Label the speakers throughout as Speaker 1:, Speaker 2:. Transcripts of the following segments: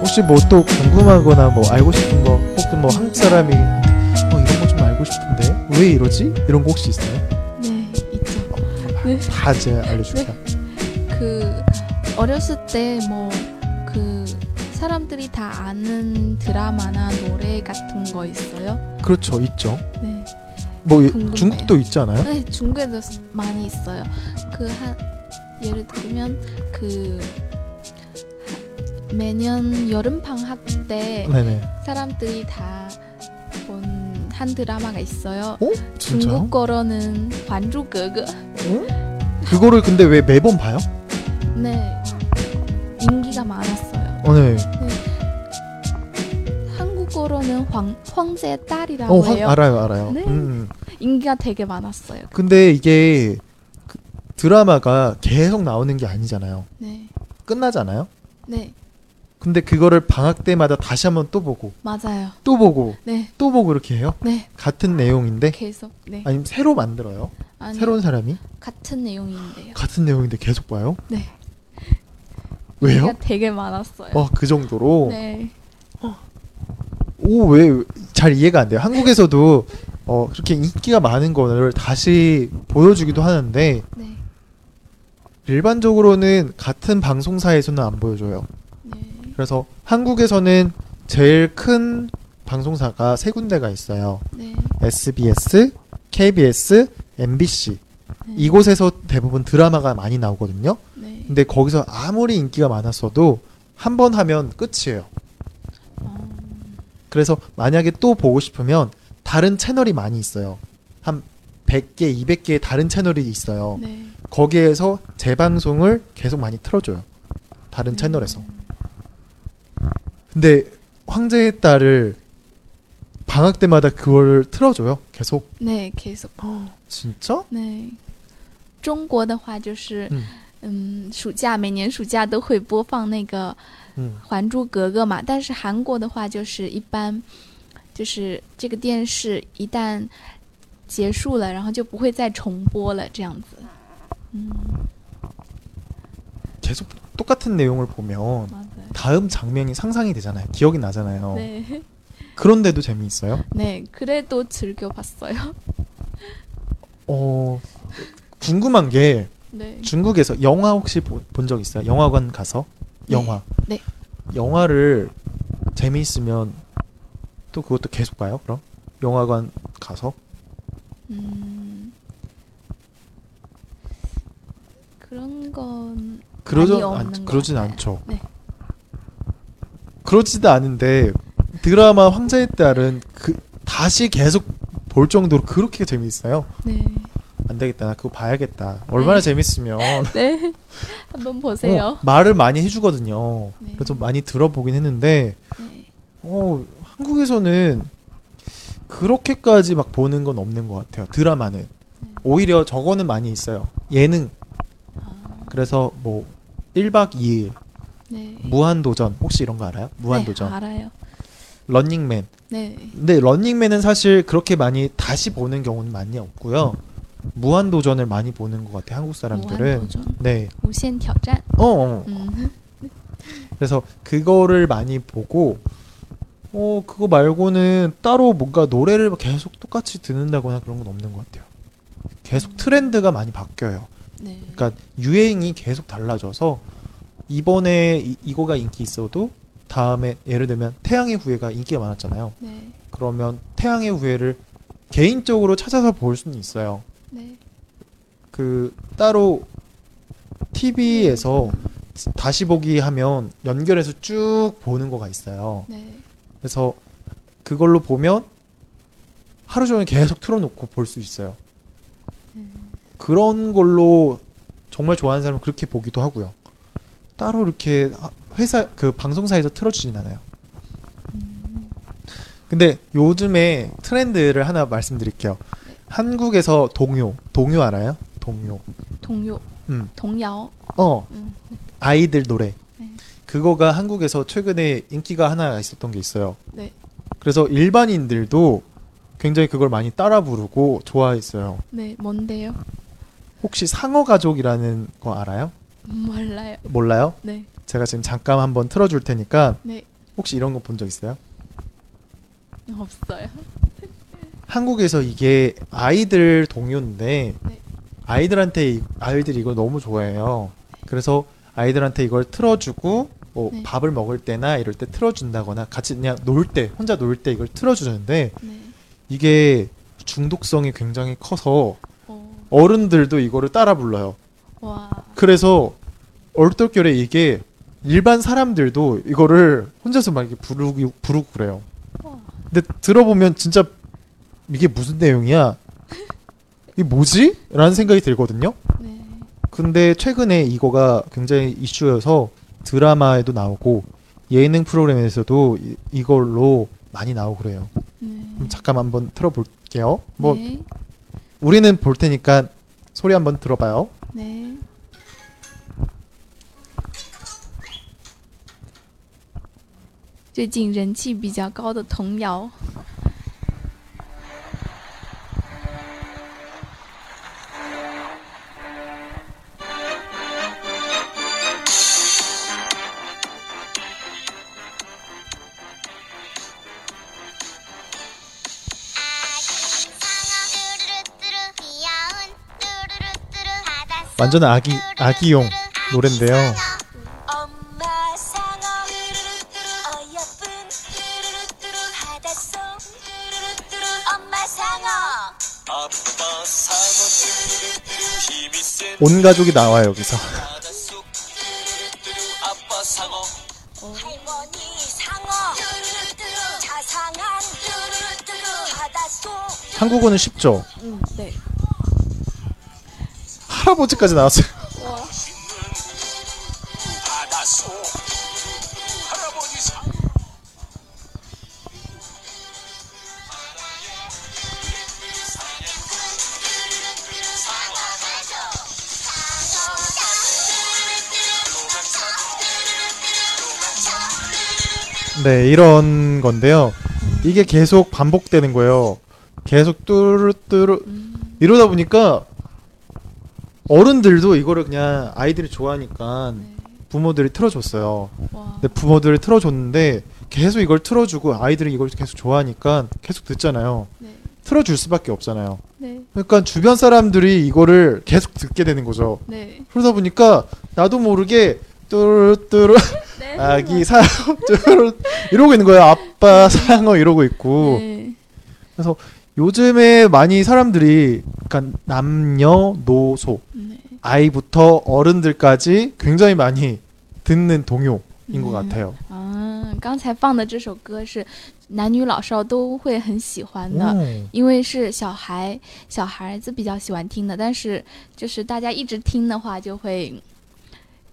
Speaker 1: 혹시 뭐 또 궁금하거나 뭐 알고 싶은 거 혹은 뭐 한국 사람이 어 이런 거 좀 알고 싶은데 왜 이러지? 이런 거 혹시 있어요?
Speaker 2: 네, 있죠. 네.
Speaker 1: 다 제가 알려줄게요.
Speaker 2: 그 어렸을 때 뭐 그 사람들이 다 아는 드라마나 노래 같은 거 있어요?
Speaker 1: 그렇죠, 있죠.
Speaker 2: 네,
Speaker 1: 뭐 이-
Speaker 2: 궁금해요.
Speaker 1: 중국도 있잖아요.
Speaker 2: 네 중국에도 s- 많이 있어요. 그 한 예를 들면 그 하- 매년 여름 방학 때
Speaker 1: 네네.
Speaker 2: 사람들이 다 본 한 드라마가 있어요.
Speaker 1: 어? 진짜요?
Speaker 2: 중국 거로는 관주거거.
Speaker 1: 어? 그거를 근데 왜 매번 봐요?
Speaker 2: 네, 인기가 많았어요.
Speaker 1: 어, 네.
Speaker 2: 한국어로는 황 황제 딸이라고
Speaker 1: 어, 확
Speaker 2: 해요.
Speaker 1: 알아요, 알아요.
Speaker 2: 네.
Speaker 1: 음.
Speaker 2: 인기가 되게 많았어요.
Speaker 1: 근데 이게 그 드라마가 계속 나오는 게 아니잖아요.
Speaker 2: 네,
Speaker 1: 끝나잖아요.
Speaker 2: 네
Speaker 1: 근데 그거를 방학 때마다 다시 한번 또 보고
Speaker 2: 맞아요.
Speaker 1: 또 보고
Speaker 2: 네,
Speaker 1: 또 보고 이렇게 해요.
Speaker 2: 네
Speaker 1: 같은 내용인데
Speaker 2: 계속 네
Speaker 1: 아니면 새로 만들어요.
Speaker 2: 아니
Speaker 1: 새로운 사람이
Speaker 2: 같은 내용인데요.
Speaker 1: 같은 내용인데 계속 봐요.
Speaker 2: 네
Speaker 1: 왜요?
Speaker 2: 인기가 되게 많았어요.
Speaker 1: 어, 그 정도로
Speaker 2: 네,
Speaker 1: 오 왜 잘 이해가 안 돼요. 한국에서도 어, 그렇게 인기가 많은 거를 다시 보여주기도 하는데
Speaker 2: 네,
Speaker 1: 일반적으로는 같은 방송사에서는 안 보여줘요.
Speaker 2: 네,
Speaker 1: 그래서 한국에서는 제일 큰 방송사가 세 군데가 있어요.
Speaker 2: 네,
Speaker 1: SBS, KBS, MBC.
Speaker 2: 네.
Speaker 1: 이곳에서 대부분 드라마가 많이 나오거든요.
Speaker 2: 네.
Speaker 1: 근데 거기서 아무리 인기가 많았어도 한 번 하면 끝이에요.
Speaker 2: 어,
Speaker 1: 그래서 만약에 또 보고 싶으면 다른 채널이 많이 있어요. 한 100개, 200개의 다른 채널이 있어요.
Speaker 2: 네.
Speaker 1: 거기에서 재방송을 계속 많이 틀어줘요.
Speaker 2: 음.
Speaker 1: 다른 채널에서. 근데 황제의 딸을 방학 때마다 그걸 틀어줘요. 계속.
Speaker 2: 네 계속
Speaker 1: 어. 진짜?
Speaker 2: 네.中国的话就是
Speaker 1: 嗯，
Speaker 2: 嗯，暑假每年暑假都会播放那个
Speaker 1: 응.
Speaker 2: 还珠格格》嘛，但是韩国的话就是一般，就是这个电视一旦结束了，然后就不会再重播了，这样子。嗯，
Speaker 1: 계속 똑같은 내용을 보면
Speaker 2: 好的
Speaker 1: 다음 장면이 상상이 되잖아요. 기억이 나잖아요.
Speaker 2: 네,
Speaker 1: 그런데도 재미있어요?
Speaker 2: 네, 그래도 즐겨봤어요.
Speaker 1: 어, 궁금한 게
Speaker 2: 네,
Speaker 1: 중국에서 영화 혹시 본 적 있어요? 영화관 가서
Speaker 2: 네.
Speaker 1: 영화.
Speaker 2: 네.
Speaker 1: 영화를 재미있으면 또 그것도 계속 봐요. 그럼 영화관 가서
Speaker 2: 嗯，그런 건
Speaker 1: 그러죠
Speaker 2: 많이
Speaker 1: 않,
Speaker 2: 없는 것
Speaker 1: 그러진
Speaker 2: 같아요.
Speaker 1: 않죠.
Speaker 2: 네.
Speaker 1: 그러지도 않은데 드라마 황제의 딸은 그 다시 계속 볼 정도로 그렇게 재미있어요.
Speaker 2: 네,
Speaker 1: 안 되겠다. 나 그거 봐야겠다. 얼마나
Speaker 2: 네.
Speaker 1: 재밌으면
Speaker 2: 네, 한번 보세요.
Speaker 1: 어, 말을 많이 해주거든요.
Speaker 2: 네.
Speaker 1: 그래서 많이 들어보긴 했는데
Speaker 2: 네,
Speaker 1: 어, 한국에서는 그렇게까지 막 보는 건 없는 것 같아요. 드라마는
Speaker 2: 네.
Speaker 1: 오히려 저거는 많이 있어요. 예능.
Speaker 2: 아,
Speaker 1: 그래서 뭐 1박 2일
Speaker 2: 네,
Speaker 1: 무한도전 혹시 이런 거 알아요? 무한도전
Speaker 2: 네, 알아요.
Speaker 1: 런닝맨
Speaker 2: 네,
Speaker 1: 근데 런닝맨은 사실 그렇게 많이 다시 보는 경우는 많이 없고요. 무한도전을 많이 보는 것 같아요. 한국 사람들은.
Speaker 2: 무한도전,
Speaker 1: 네.
Speaker 2: 无限挑战.
Speaker 1: 어, 어.
Speaker 2: 음,
Speaker 1: 그래서 그거를 많이 보고 어, 그거 말고는 따로 뭔가 노래를 계속 똑같이 듣는다거나 그런 건 없는 것 같아요. 계속 트렌드가 많이 바뀌어요.
Speaker 2: 네,
Speaker 1: 그러니까 유행이 계속 달라져서 이번에 이, 이거가 인기 있어도 다음에 예를 들면 태양의 후예가 인기가 많았잖아요.
Speaker 2: 네,
Speaker 1: 그러면 태양의 후예를 개인적으로 찾아서 볼 수는 있어요.
Speaker 2: 네.
Speaker 1: 그 따로 TV에서 다시 보기 하면 연결해서 쭉 보는 거가 있어요.
Speaker 2: 네,
Speaker 1: 그래서 그걸로 보면 하루 종일 계속 틀어놓고 볼 수 있어요.
Speaker 2: 음,
Speaker 1: 그런 걸로 정말 좋아하는 사람은 그렇게 보기도 하고요. 따로 이렇게 하- 회사 그 방송사에서 틀어주진 않아요.
Speaker 2: 음,
Speaker 1: 근데 요즘에 트렌드를 하나 말씀드릴게요. 한국에서 동요, 동요 알아요? 동요.
Speaker 2: 동요,
Speaker 1: 음.
Speaker 2: 동요,
Speaker 1: 어,
Speaker 2: 음,
Speaker 1: 아이들 노래.
Speaker 2: 네.
Speaker 1: 그거가 한국에서 최근에 인기가 하나 있었던 게 있어요.
Speaker 2: 네,
Speaker 1: 그래서 일반인들도 굉장히 그걸 많이 따라 부르고 좋아했어요.
Speaker 2: 네, 뭔데요?
Speaker 1: 혹시 상어 가족이라는 거 알아요?
Speaker 2: 몰라요.
Speaker 1: 몰라요?
Speaker 2: 네,
Speaker 1: 제가 지금 잠깐 한번 틀어줄 테니까
Speaker 2: 네,
Speaker 1: 혹시 이런 거 본 적 있어요?
Speaker 2: 없어요.
Speaker 1: 한국에서 이게 아이들 동요인데
Speaker 2: 네.
Speaker 1: 아이들한테 이- 아이들이 이걸 너무 좋아해요. 그래서 아이들한테 이걸 틀어주고 뭐
Speaker 2: 네.
Speaker 1: 밥을 먹을 때나 이럴 때 틀어준다거나 같이 그냥 놀 때 혼자 놀 때 이걸 틀어주는데
Speaker 2: 네.
Speaker 1: 이게 중독성이 굉장히 커서
Speaker 2: 오,
Speaker 1: 어른들도 이거를 따라 불러요.
Speaker 2: 와.
Speaker 1: 그래서 얼떨결에 이게 일반 사람들도 이거를 혼자서 막 이렇게 부르고 부르고 그래요.
Speaker 2: 와.
Speaker 1: 근데 들어보면 진짜 이게 무슨 내용이야? 이게 뭐지? 라는 생각이 들거든요.
Speaker 2: 네.
Speaker 1: 근데 최근에 이거가 굉장히 이슈여서 드라마에도 나오고 예능 프로그램에서도 이, 이걸로 많이 나오고 그래요.
Speaker 2: 네.
Speaker 1: 그럼 잠깐 한번 틀어볼게요. 뭐
Speaker 2: 네.
Speaker 1: 우리는 볼 테니까 소리 한번 들어봐요.
Speaker 2: 네.最近人气比较高的童谣，
Speaker 1: 완전 아기 아기용 노랜데요.
Speaker 3: 엄마 상어 어여쁜 바닷속 엄마 상어
Speaker 4: 아빠 상어 뚜루뚜루 힘이 센
Speaker 1: 온 가족이 나와요 여기서.
Speaker 4: 바닷속 뚜루뚜루 아빠 상어
Speaker 3: 할머니 상어 자상한 바닷속
Speaker 1: 한국어는 쉽죠.
Speaker 2: 嗯，对，
Speaker 1: 할아버지까지 나왔어요.
Speaker 4: 바닷속 할아버지 상어
Speaker 1: 네, 이런 건데요. 이게 계속 반복되는 거예요. 계속 뚜루뚜루 이러다 보니까 어른들도 이거를 그냥 아이들이 좋아하니까
Speaker 2: 对，
Speaker 1: 부모들이 틀어줬어요.
Speaker 2: 哇，
Speaker 1: 근데 부모들이 틀어줬는데 계속 이걸 틀어주고 아이들이 이걸 계속 좋아하니까 계속 듣잖아요.
Speaker 2: 对，
Speaker 1: 틀어줄 수밖에 없잖아요.
Speaker 2: 对，
Speaker 1: 그러니까 주변 사람들이 이거를 계속 듣게 되는 거죠.
Speaker 2: 对，
Speaker 1: 그러다 보니까 나도 모르게 뚜루뚜루
Speaker 2: 对
Speaker 1: 아기 상어 뚜루 이러고 있는 거예요. 아빠 상어 이러고 있고
Speaker 2: 对，
Speaker 1: 요즘에 많이 사람들이 그러니까 남녀노소
Speaker 2: 对，
Speaker 1: 아이부터 어른들까지 굉장히 많이 듣는 동요인 것
Speaker 2: 음.
Speaker 1: 같아요.
Speaker 2: 啊，刚才放的这首歌是男女老少都会很喜欢的，
Speaker 1: 오.
Speaker 2: 因为是小孩小孩子比较喜欢听的，但是就是大家一直听的话，就会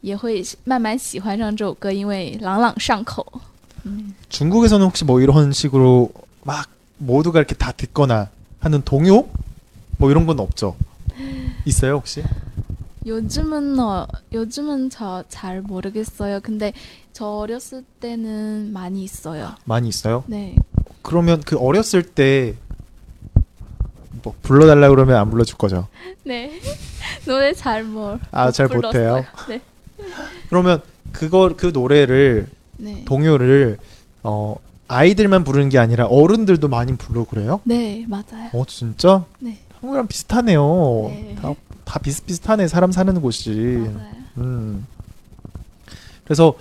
Speaker 2: 也会慢慢喜欢上这首歌，因为朗朗上口。
Speaker 1: 중국에서는 혹시 뭐 이런 식으로 막 모두가 이렇게 다 듣거나 하는 동요 뭐 이런 건 없죠? 있어요 혹시?
Speaker 2: 요즘은 어, 요즘은 저 잘 모르겠어요. 근데 저 어렸을 때는 많이 있어요.
Speaker 1: 많이 있어요?
Speaker 2: 네.
Speaker 1: 그러면 그 어렸을 때 뭐 불러달라 그러면 안 불러줄 거죠?
Speaker 2: 네. 노래 잘 뭘.
Speaker 1: 아, 잘
Speaker 2: 불렀어요.
Speaker 1: 못해요.
Speaker 2: 네.
Speaker 1: 그러면 그거 그 노래를
Speaker 2: 네.
Speaker 1: 동요를 어 아이들만 부르는 게 아니라 어른들도 많이 불러 그래요?
Speaker 2: 네, 맞아요.
Speaker 1: 어 진짜?
Speaker 2: 네.
Speaker 1: 한국이랑 비슷하네요.
Speaker 2: 네.
Speaker 1: 다, 다 비슷비슷하네 사람 사는 곳이.
Speaker 2: 맞아요.
Speaker 1: 음. 그래서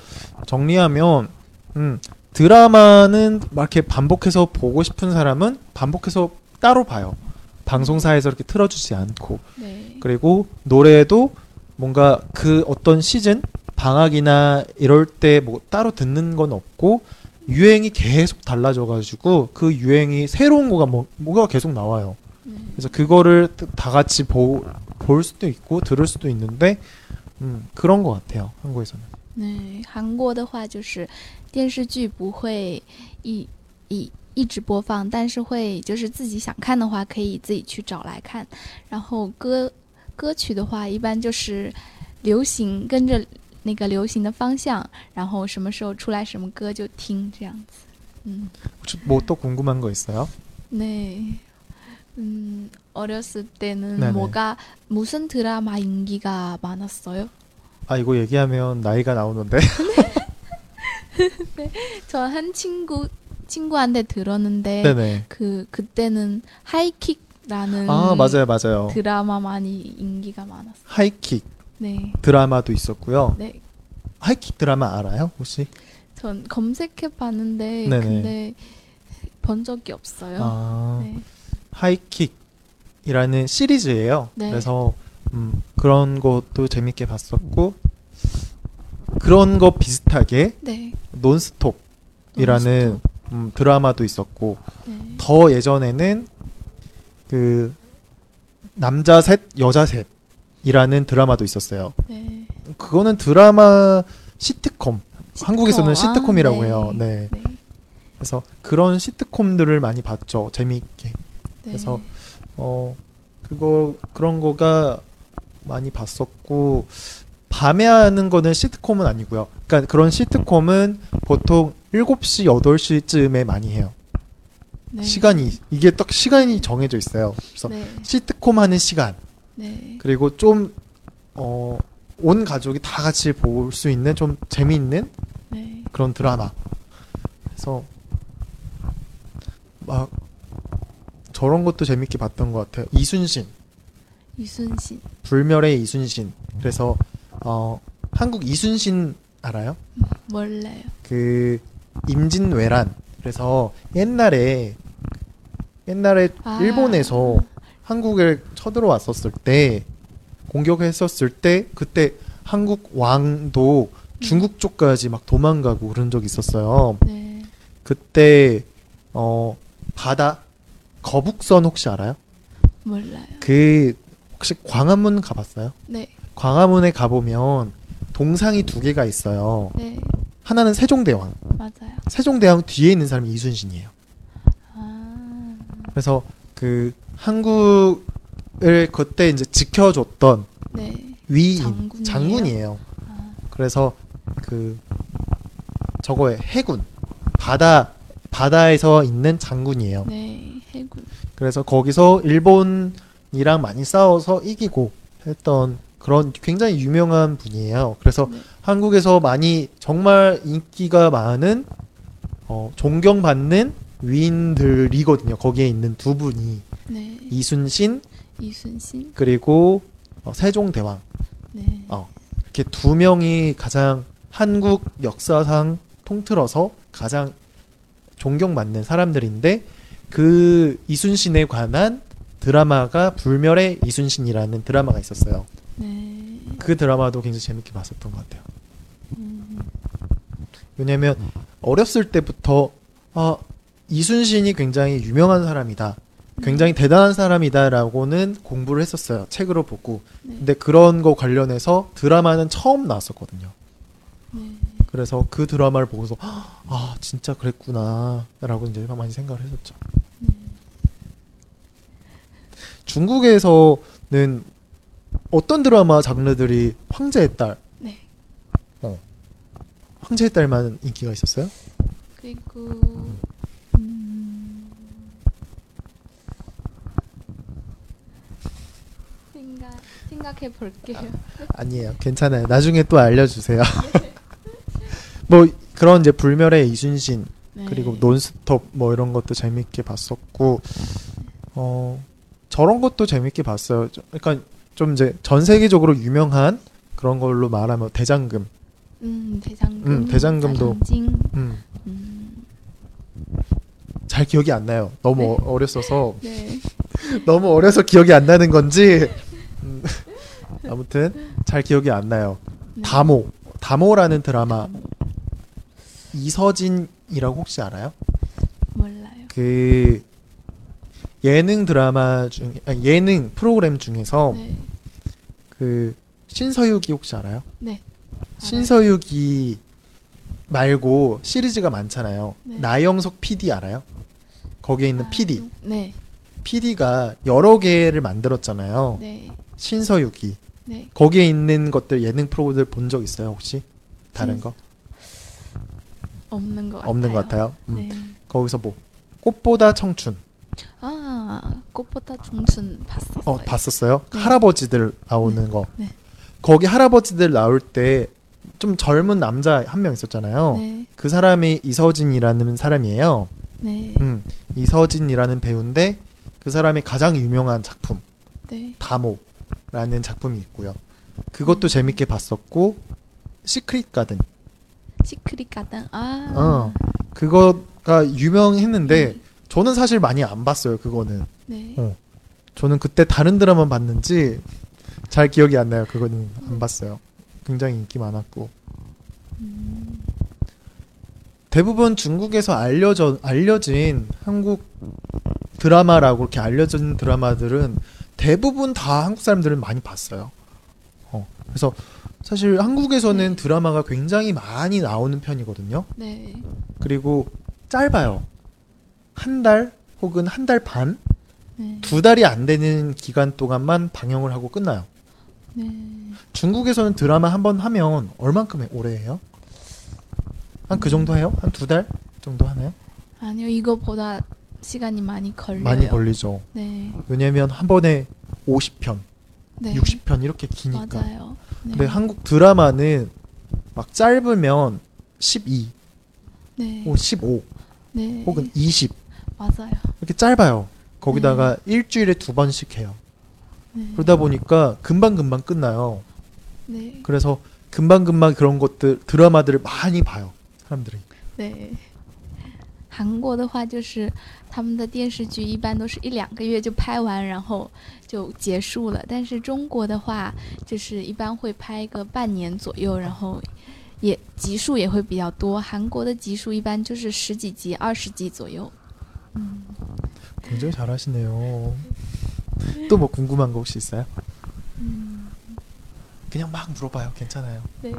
Speaker 1: 정리하면 음, 드라마는 막 이렇게 반복해서 보고 싶은 사람은 반복해서 따로 봐요. 방송사에서 이렇게 틀어주지 않고
Speaker 2: 네.
Speaker 1: 그리고 노래도 뭔가 그 어떤 시즌 방학이나 이럴 때 뭐 따로 듣는 건 없고 유행이 계속 달라져가지고 그 유행이 새로운 거가 뭐 뭐가 계속 나와요.
Speaker 2: 네.
Speaker 1: 그래서 그거를 뜨- 다 같이 보, 볼 수도 있고 들을 수도 있는데 음, 그런 것 같아요 한국에서는.
Speaker 2: 嗯，韩国的话就是电视剧不会一一一直播放，但是会就是自己想看的话，可以自己去找来看。然后歌歌曲的话，一般就是流行跟着那个流行的方向，然后什么时候出来什么歌就听这样子。嗯，
Speaker 1: 혹시 뭐 또 궁금한 거 있어요?
Speaker 2: 네음嗯어렸을때는
Speaker 1: 네네.
Speaker 2: 뭐가무슨드라마인기가많았어요
Speaker 1: 아 이거 얘기하면 나이가 나오는데
Speaker 2: 저 한 친구 친구한테 들었는데
Speaker 1: 네네.
Speaker 2: 그 그때는 하이킥라는
Speaker 1: 아 맞아요 맞아요.
Speaker 2: 드라마 많이 인기가 많았어.
Speaker 1: 하이킥
Speaker 2: 네.
Speaker 1: 드라마도 있었고요.
Speaker 2: 네.
Speaker 1: 하이킥 드라마 알아요 혹시?
Speaker 2: 전 검색해 봤는데
Speaker 1: 네네.
Speaker 2: 근데 본 적이 없어요.
Speaker 1: 아
Speaker 2: 네.
Speaker 1: 하이킥이라는 시리즈예요.
Speaker 2: 네.
Speaker 1: 그래서 음, 그런 것도 재밌게 봤었고 그런 거 비슷하게
Speaker 2: 네.
Speaker 1: 논스톱이라는
Speaker 2: 논스톱.
Speaker 1: 음, 드라마도 있었고
Speaker 2: 네.
Speaker 1: 더 예전에는 그 남자 셋 여자 셋이라는 드라마도 있었어요.
Speaker 2: 네.
Speaker 1: 그거는 드라마 시트콤 한국에서는
Speaker 2: 시트콤. 아,
Speaker 1: 시트콤이라고 해요. 네.
Speaker 2: 네.
Speaker 1: 그래서 그런 시트콤들을 많이 봤죠. 재미있게.
Speaker 2: 네.
Speaker 1: 그래서 어 그거 그런 거가 많이 봤었고 밤에 하는 거는 시트콤은 아니고요. 그러니까 그런 시트콤은 보통 7시, 8시쯤에 많이 해요.
Speaker 2: 네.
Speaker 1: 시간이 이게 딱 시간이 정해져 있어요. 그래서
Speaker 2: 네.
Speaker 1: 시트콤 하는 시간
Speaker 2: 네.
Speaker 1: 그리고 좀어온 가족이 다 같이 볼 수 있는 좀 재미있는
Speaker 2: 네.
Speaker 1: 그런 드라마. 그래서 막 저런 것도 재밌게 봤던 것 같아요. 이순신
Speaker 2: 유순신.
Speaker 1: 불멸의 이순신. 그래서 어 한국 이순신 알아요?
Speaker 2: 음, 몰라요.
Speaker 1: 그 임진왜란. 그래서 옛날에 옛날에
Speaker 2: 아.
Speaker 1: 일본에서 한국에 쳐들어왔었을 때 공격했었을 때 그때 한국 왕도 중국 쪽까지 막 도망가고 그런 적이 있었어요.
Speaker 2: 네.
Speaker 1: 그때 어 바다 거북선 혹시 알아요?
Speaker 2: 몰라요.
Speaker 1: 그 혹시 광화문 가봤어요?
Speaker 2: 네.
Speaker 1: 광화문에 가보면 동상이 두 개가 있어요.
Speaker 2: 네.
Speaker 1: 하나는 세종대왕.
Speaker 2: 맞아요.
Speaker 1: 세종대왕 뒤에 있는 사람이 이순신이에요.
Speaker 2: 아.
Speaker 1: 그래서 그 한국을 그때 이제 지켜줬던
Speaker 2: 네.
Speaker 1: 위인
Speaker 2: 장군이에요?
Speaker 1: 장군이에요.
Speaker 2: 아.
Speaker 1: 그래서 그 저거에 해군 바다 바다에서 있는 장군이에요.
Speaker 2: 네. 해군.
Speaker 1: 그래서 거기서 일본이랑 많이 싸워서 이기고 했던 그런 굉장히 유명한 분이에요. 그래서
Speaker 2: 네.
Speaker 1: 한국에서 많이 정말 인기가 많은 어, 존경받는 위인들이거든요. 거기에 있는 두 분이
Speaker 2: 네.
Speaker 1: 이순신
Speaker 2: 이순신.
Speaker 1: 그리고 어, 세종대왕
Speaker 2: 네.
Speaker 1: 어, 이렇게 두 명이 가장 한국 역사상 통틀어서 가장 존경받는 사람들인데 그 이순신에 관한 드라마가 불멸의 이순신이라는 드라마가 있었어요.
Speaker 2: 네.
Speaker 1: 그 드라마도 굉장히 재밌게 봤었던 것 같아요.
Speaker 2: 음,
Speaker 1: 왜냐면 어렸을 때부터 아, 이순신이 굉장히 유명한 사람이다. 굉장히 대단한 사람이다라고는 공부를 했었어요. 책으로 보고.
Speaker 2: 네.
Speaker 1: 근데 그런 거 관련해서 드라마는 처음 나왔었거든요.
Speaker 2: 네.
Speaker 1: 그래서 그 드라마를 보고서 아 진짜 그랬구나라고 이제 많이 생각을 했었죠.
Speaker 2: 음.
Speaker 1: 중국에서는 어떤 드라마 장르들이 황제의 딸, 어,
Speaker 2: 네.
Speaker 1: 황제의 딸만 인기가 있었어요?
Speaker 2: 그리고 음, 생각 생각해 볼게요.
Speaker 1: 아니에요, 괜찮아요. 나중에 또 알려주세요. 뭐 그런 이제 불멸의 이순신
Speaker 2: 네.
Speaker 1: 그리고 논스톱 뭐 이런 것도 재밌게 봤었고 어 저런 것도 재밌게 봤어요. 저- 그러니까 좀 이제 전 세계적으로 유명한 그런 걸로 말하면 대장금.
Speaker 2: 음, 대장금.
Speaker 1: 음, 대장금도.
Speaker 2: 사랑징.
Speaker 1: 음.
Speaker 2: 음,
Speaker 1: 잘 기억이 안 나요. 너무
Speaker 2: 네.
Speaker 1: 어- 어렸어서
Speaker 2: 네.
Speaker 1: 너무 어려서 기억이 안 나는 건지 음, 아무튼 잘 기억이 안 나요.
Speaker 2: 네.
Speaker 1: 다모 다모라는 드라마 이서진이라고 혹시 알아요?
Speaker 2: 몰라요.
Speaker 1: 그 예능 드라마 중 아, 예능 프로그램 중에서
Speaker 2: 네.
Speaker 1: 그 신서유기 혹시 알아요?
Speaker 2: 네.
Speaker 1: 신서유기 말고 시리즈가 많잖아요.
Speaker 2: 네.
Speaker 1: 나영석 PD 알아요? 거기에 있는
Speaker 2: 알아요.
Speaker 1: PD.
Speaker 2: 네.
Speaker 1: PD가 여러 개를 만들었잖아요.
Speaker 2: 네.
Speaker 1: 신서유기.
Speaker 2: 네.
Speaker 1: 거기에 있는 것들 예능 프로들 본 적 있어요, 혹시? 다른
Speaker 2: 신-
Speaker 1: 거?
Speaker 2: 없는 네. 것 같아요.
Speaker 1: 없는 것 같아요. 음.
Speaker 2: 네.
Speaker 1: 거기서 뭐 꽃보다 청춘.
Speaker 2: 아, 꽃보다 중순 봤어요.
Speaker 1: 어, 봤었어요?
Speaker 2: 네.
Speaker 1: 할아버지들 나오는 거.
Speaker 2: 네.
Speaker 1: 거기 할아버지들 나올 때 좀 젊은 남자 한 명 있었잖아요.
Speaker 2: 네,
Speaker 1: 그 사람이 이서진이라는 사람이에요.
Speaker 2: 네,
Speaker 1: 음, 이서진이라는 배우인데 그 사람이 가장 유명한 작품
Speaker 2: 네.
Speaker 1: 다모라는 작품이 있고요. 그것도 재밌게 봤었고 시크릿 가든
Speaker 2: 시크릿 가든 아,
Speaker 1: 어. 그거가 유명했는데 저는 사실 많이 안 봤어요. 그거는
Speaker 2: 네,
Speaker 1: 어. 저는 그때 다른 드라마 봤는지 잘 기억이 안 나요. 그거는 안 봤어요. 굉장히 인기 많았고. 대부분 중국에서 알려져, 알려진 한국 드라마라고 이렇게 알려진 드라마들은 대부분 다 한국 사람들은 많이 봤어요. 어, 그래서 사실 한국에서는 드라마가 굉장히 많이 나오는 편이거든요.
Speaker 2: 네,
Speaker 1: 그리고 짧아요. 한 달 혹은 한 달 반?
Speaker 2: 네,
Speaker 1: 두 달이 안 되는 기간 동안만 방영을 하고 끝나요.
Speaker 2: 네.
Speaker 1: 중국에서는 드라마 한 번 하면 얼만큼 해- 오래 해요? 한 그 정도 해요? 한 두 달 정도 하나요?
Speaker 2: 아니요 이거보다 시간이 많이 걸려요.
Speaker 1: 많이 걸리죠.
Speaker 2: 네,
Speaker 1: 왜냐면 한 번에 50편,
Speaker 2: 네.
Speaker 1: 60편 이렇게 기니까.
Speaker 2: 맞아요. 네,
Speaker 1: 근데 한국 드라마는 막 짧으면 12,
Speaker 2: 네,
Speaker 1: 혹은 15,
Speaker 2: 네.
Speaker 1: 혹은 20
Speaker 2: 맞아요.
Speaker 1: 이렇게 짧아요. 거기다가 일주일에 두 번씩 해요.
Speaker 2: 음. 네,
Speaker 1: 그러다 보니까 금방금방 끝나요.
Speaker 2: 네,
Speaker 1: 그래서 금방금방 그런 것들 드라마들을 많이 봐요 사람들이
Speaker 2: 对，韩国的话就是他们的电视剧一般都是一两个月就拍完，然后就结束了。但是中国的话，就是一般会拍个半年左右，然后也集数也会比较多。韩国的集数一般就是十几集、二十集左右。
Speaker 1: 굉장히 잘하시네요 또 뭐 궁금한 거 혹시 있어요?
Speaker 2: 음.
Speaker 1: 그냥 막 물어봐요 괜찮아요
Speaker 2: 네.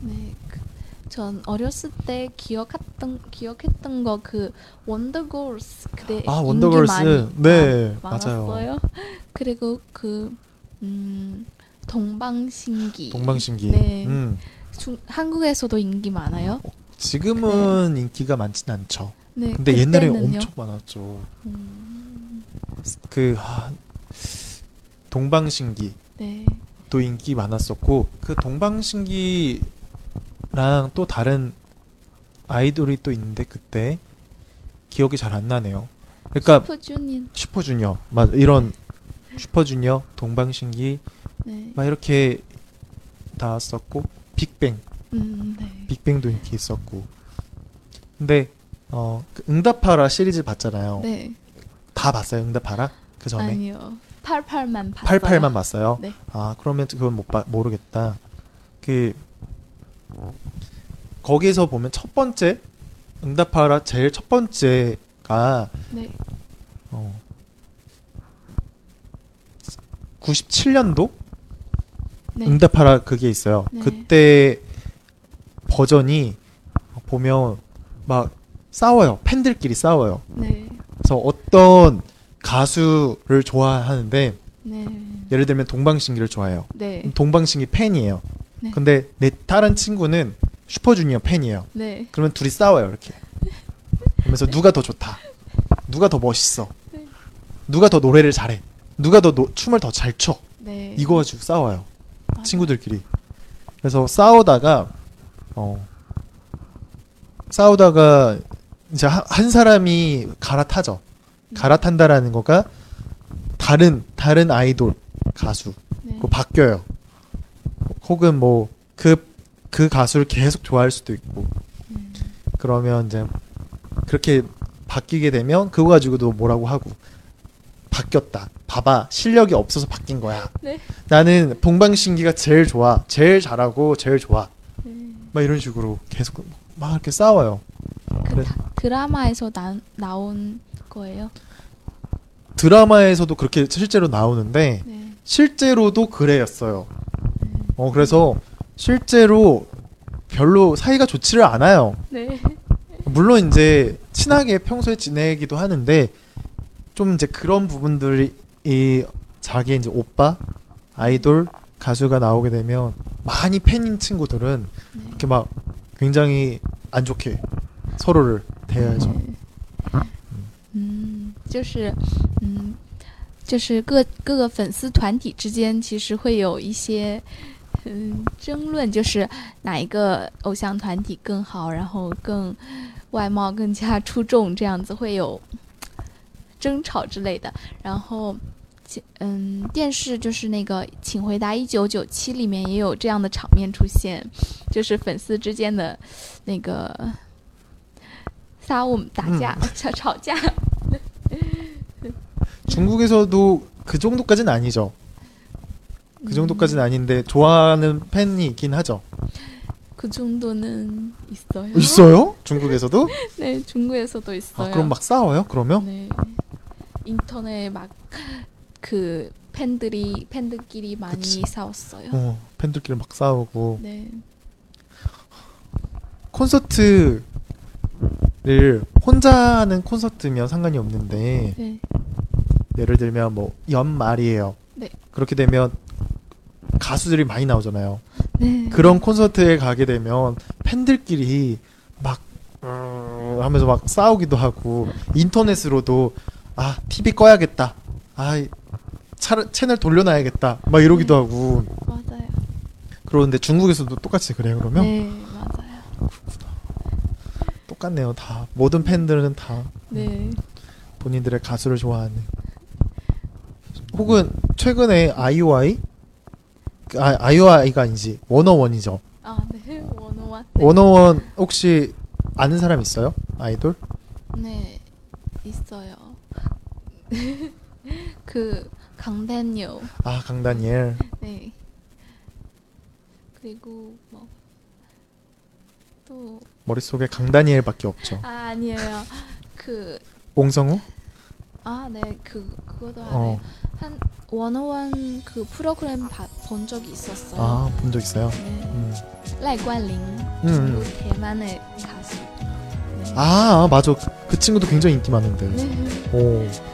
Speaker 2: 네. 그, 전 어렸을 때 기억했던 기억했던 거 그 원더걸스 그때
Speaker 1: 아,
Speaker 2: 인기
Speaker 1: 원더걸스.
Speaker 2: 많이
Speaker 1: 네,
Speaker 2: 많-
Speaker 1: 맞아요.
Speaker 2: 많았어요. 그리고 그음 동방신기.
Speaker 1: 동방신기
Speaker 2: 네.
Speaker 1: 음,
Speaker 2: 중, 한국에서도 인기 많아요.
Speaker 1: 지금은 인기가 많진 않죠
Speaker 2: 네.
Speaker 1: 근데 옛날에
Speaker 2: 그때는요.
Speaker 1: 엄청 많았죠
Speaker 2: 음,
Speaker 1: 그 아, 동방신기
Speaker 2: 네.
Speaker 1: 또 인기 많았었고 그 동방신기랑 또 다른 아이돌이 또 있는데 그때 기억이 잘 안 나네요. 그러니까
Speaker 2: 슈퍼주니어.
Speaker 1: 슈퍼주니어 막 이런 슈퍼주니어 동방신기
Speaker 2: 네.
Speaker 1: 막 이렇게 나왔었고 빅뱅
Speaker 2: 음, 네.
Speaker 1: 빅뱅도 인기 있었고 근데 어그 응답하라 시리즈 봤잖아요.
Speaker 2: 네.
Speaker 1: 다 봤어요 응답하라 어, 그 전에
Speaker 2: 아니요. 88만 봤어요.
Speaker 1: 88만 봤어요.
Speaker 2: 네.
Speaker 1: 아 그러면 그건 못 봐, 모르겠다. 그 거기서 보면 첫 번째 응답하라 제일 첫 번째가
Speaker 2: 네.
Speaker 1: 어, 97년도
Speaker 2: 네.
Speaker 1: 응답하라 그게 있어요.
Speaker 2: 네.
Speaker 1: 그때 버전이 보면 막 싸워요. 팬들끼리 싸워요.
Speaker 2: 네.
Speaker 1: 그래서 어떤 가수를 좋아하는데
Speaker 2: 네.
Speaker 1: 예를 들면 동방신기를 좋아해요.
Speaker 2: 네.
Speaker 1: 동방신기 팬이에요.
Speaker 2: 네.
Speaker 1: 근데 내 다른 친구는 슈퍼주니어 팬이에요.
Speaker 2: 네.
Speaker 1: 그러면 둘이 싸워요 이렇게. 그러면서 누가 더 좋다, 누가 더 멋있어,
Speaker 2: 네.
Speaker 1: 누가 더 노래를 잘해, 누가 더 노- 춤을 더 잘 춰.
Speaker 2: 네.
Speaker 1: 이거 가지고 싸워요
Speaker 2: 맞아요.
Speaker 1: 친구들끼리. 그래서 싸우다가 어 싸우다가 이제 하- 한 사람이 갈아타죠.
Speaker 2: 음.
Speaker 1: 갈아탄다라는 거가 다른 다른 아이돌 가수
Speaker 2: 네.
Speaker 1: 그 바뀌어요. 혹은 뭐 그 그 가수를 계속 좋아할 수도 있고
Speaker 2: 음.
Speaker 1: 그러면 이제 그렇게 바뀌게 되면 그거 가지고도 뭐라고 하고 바뀌었다. 봐봐 실력이 없어서 바뀐 거야.
Speaker 2: 네.
Speaker 1: 나는 동방신기가 제일 좋아, 제일 잘하고 제일 좋아.
Speaker 2: 네.
Speaker 1: 막 이런 식으로 계속 막 이렇게 싸워요.
Speaker 2: 그
Speaker 1: 그래서-
Speaker 2: 다- 드라마에서 나, 나온 거예요.
Speaker 1: 드라마에서도 그렇게 실제로 나오는데
Speaker 2: 네.
Speaker 1: 실제로도 그래였어요. 어 그래서 실제로 별로 사이가 좋지를 않아요.
Speaker 2: 네.
Speaker 1: 물론 이제 친하게 평소에 지내기도 하는데 좀 이제 그런 부분들이 이 자기 이제 오빠 아이돌 가수가 나오게 되면 많이 팬인 친구들은
Speaker 2: 네.
Speaker 1: 이렇게 막 굉장히 안 좋게 서로를 대해야죠.
Speaker 2: 嗯，就是，嗯，就是各各个粉丝团体之间，其实会有一些嗯，争论就是哪一个偶像团体更好，然后更外貌更加出众，这样子会有争吵之类的。然后，其嗯，电视就是那个《请回答一九九七》里面也有这样的场面出现，就是粉丝之间的那个 撒我们打架、吵 吵架。
Speaker 1: 중국에서도 그 정도까지는 아니죠. 그 정도까지는 아닌데 좋아하는 팬이 있긴 하죠.
Speaker 2: 그 정도는 있어요.
Speaker 1: 있어요? 중국에서도?
Speaker 2: 네, 중국에서도
Speaker 1: 아,
Speaker 2: 있어요.
Speaker 1: 그럼 막 싸워요? 그러면?
Speaker 2: 네. 인터넷 막 그 팬들이 팬들끼리 많이
Speaker 1: 그치.
Speaker 2: 싸웠어요.
Speaker 1: 어, 팬들끼리 막 싸우고
Speaker 2: 네.
Speaker 1: 콘서트를 혼자 하는 콘서트면 상관이 없는데
Speaker 2: 네.
Speaker 1: 예를 들면 뭐 연말이에요.
Speaker 2: 네.
Speaker 1: 그렇게 되면 가수들이 많이 나오잖아요.
Speaker 2: 네.
Speaker 1: 그런 콘서트에 가게 되면 팬들끼리 막 음, 하면서 막 싸우기도 하고 인터넷으로도 아 TV 꺼야겠다 아 이- 차, 채널 돌려놔야겠다 막 이러기도
Speaker 2: 음.
Speaker 1: 하고
Speaker 2: 맞아요.
Speaker 1: 그러는데 중국에서도 똑같이 그래요 그러면
Speaker 2: 네, 맞아요.
Speaker 1: 똑같네요 다 모든 팬들은 다
Speaker 2: 네.
Speaker 1: 본인들의 가수를 좋아하는 혹은 최근에 아이오아이 그 아, 아이오아이가 아니지 워너원이죠
Speaker 2: 아, 네. 원어원.
Speaker 1: 워너원 혹시 아는 사람 있어요 아이돌
Speaker 2: 네. 있어요. 그 강단요.
Speaker 1: 아 강다니엘
Speaker 2: 네. 그리고 뭐 또 아
Speaker 1: 머릿속에 강다니엘밖에 없죠.
Speaker 2: 아니에요. 그
Speaker 1: 옹성우?
Speaker 2: 아, 네, 그 그거도 알아요.
Speaker 1: 어.
Speaker 2: 한 원어원 그 프로그램 봐- 본 적이 있었어요.
Speaker 1: 아, 본 적 있어요.
Speaker 2: 네,
Speaker 1: 음.
Speaker 2: 赖冠霖,
Speaker 1: 음,
Speaker 2: 중국
Speaker 1: 음.
Speaker 2: 대만의 가수. 네.
Speaker 1: 아, 아, 맞아. 그 친구도 굉장히 인기 많은데.
Speaker 2: 네.
Speaker 1: 오.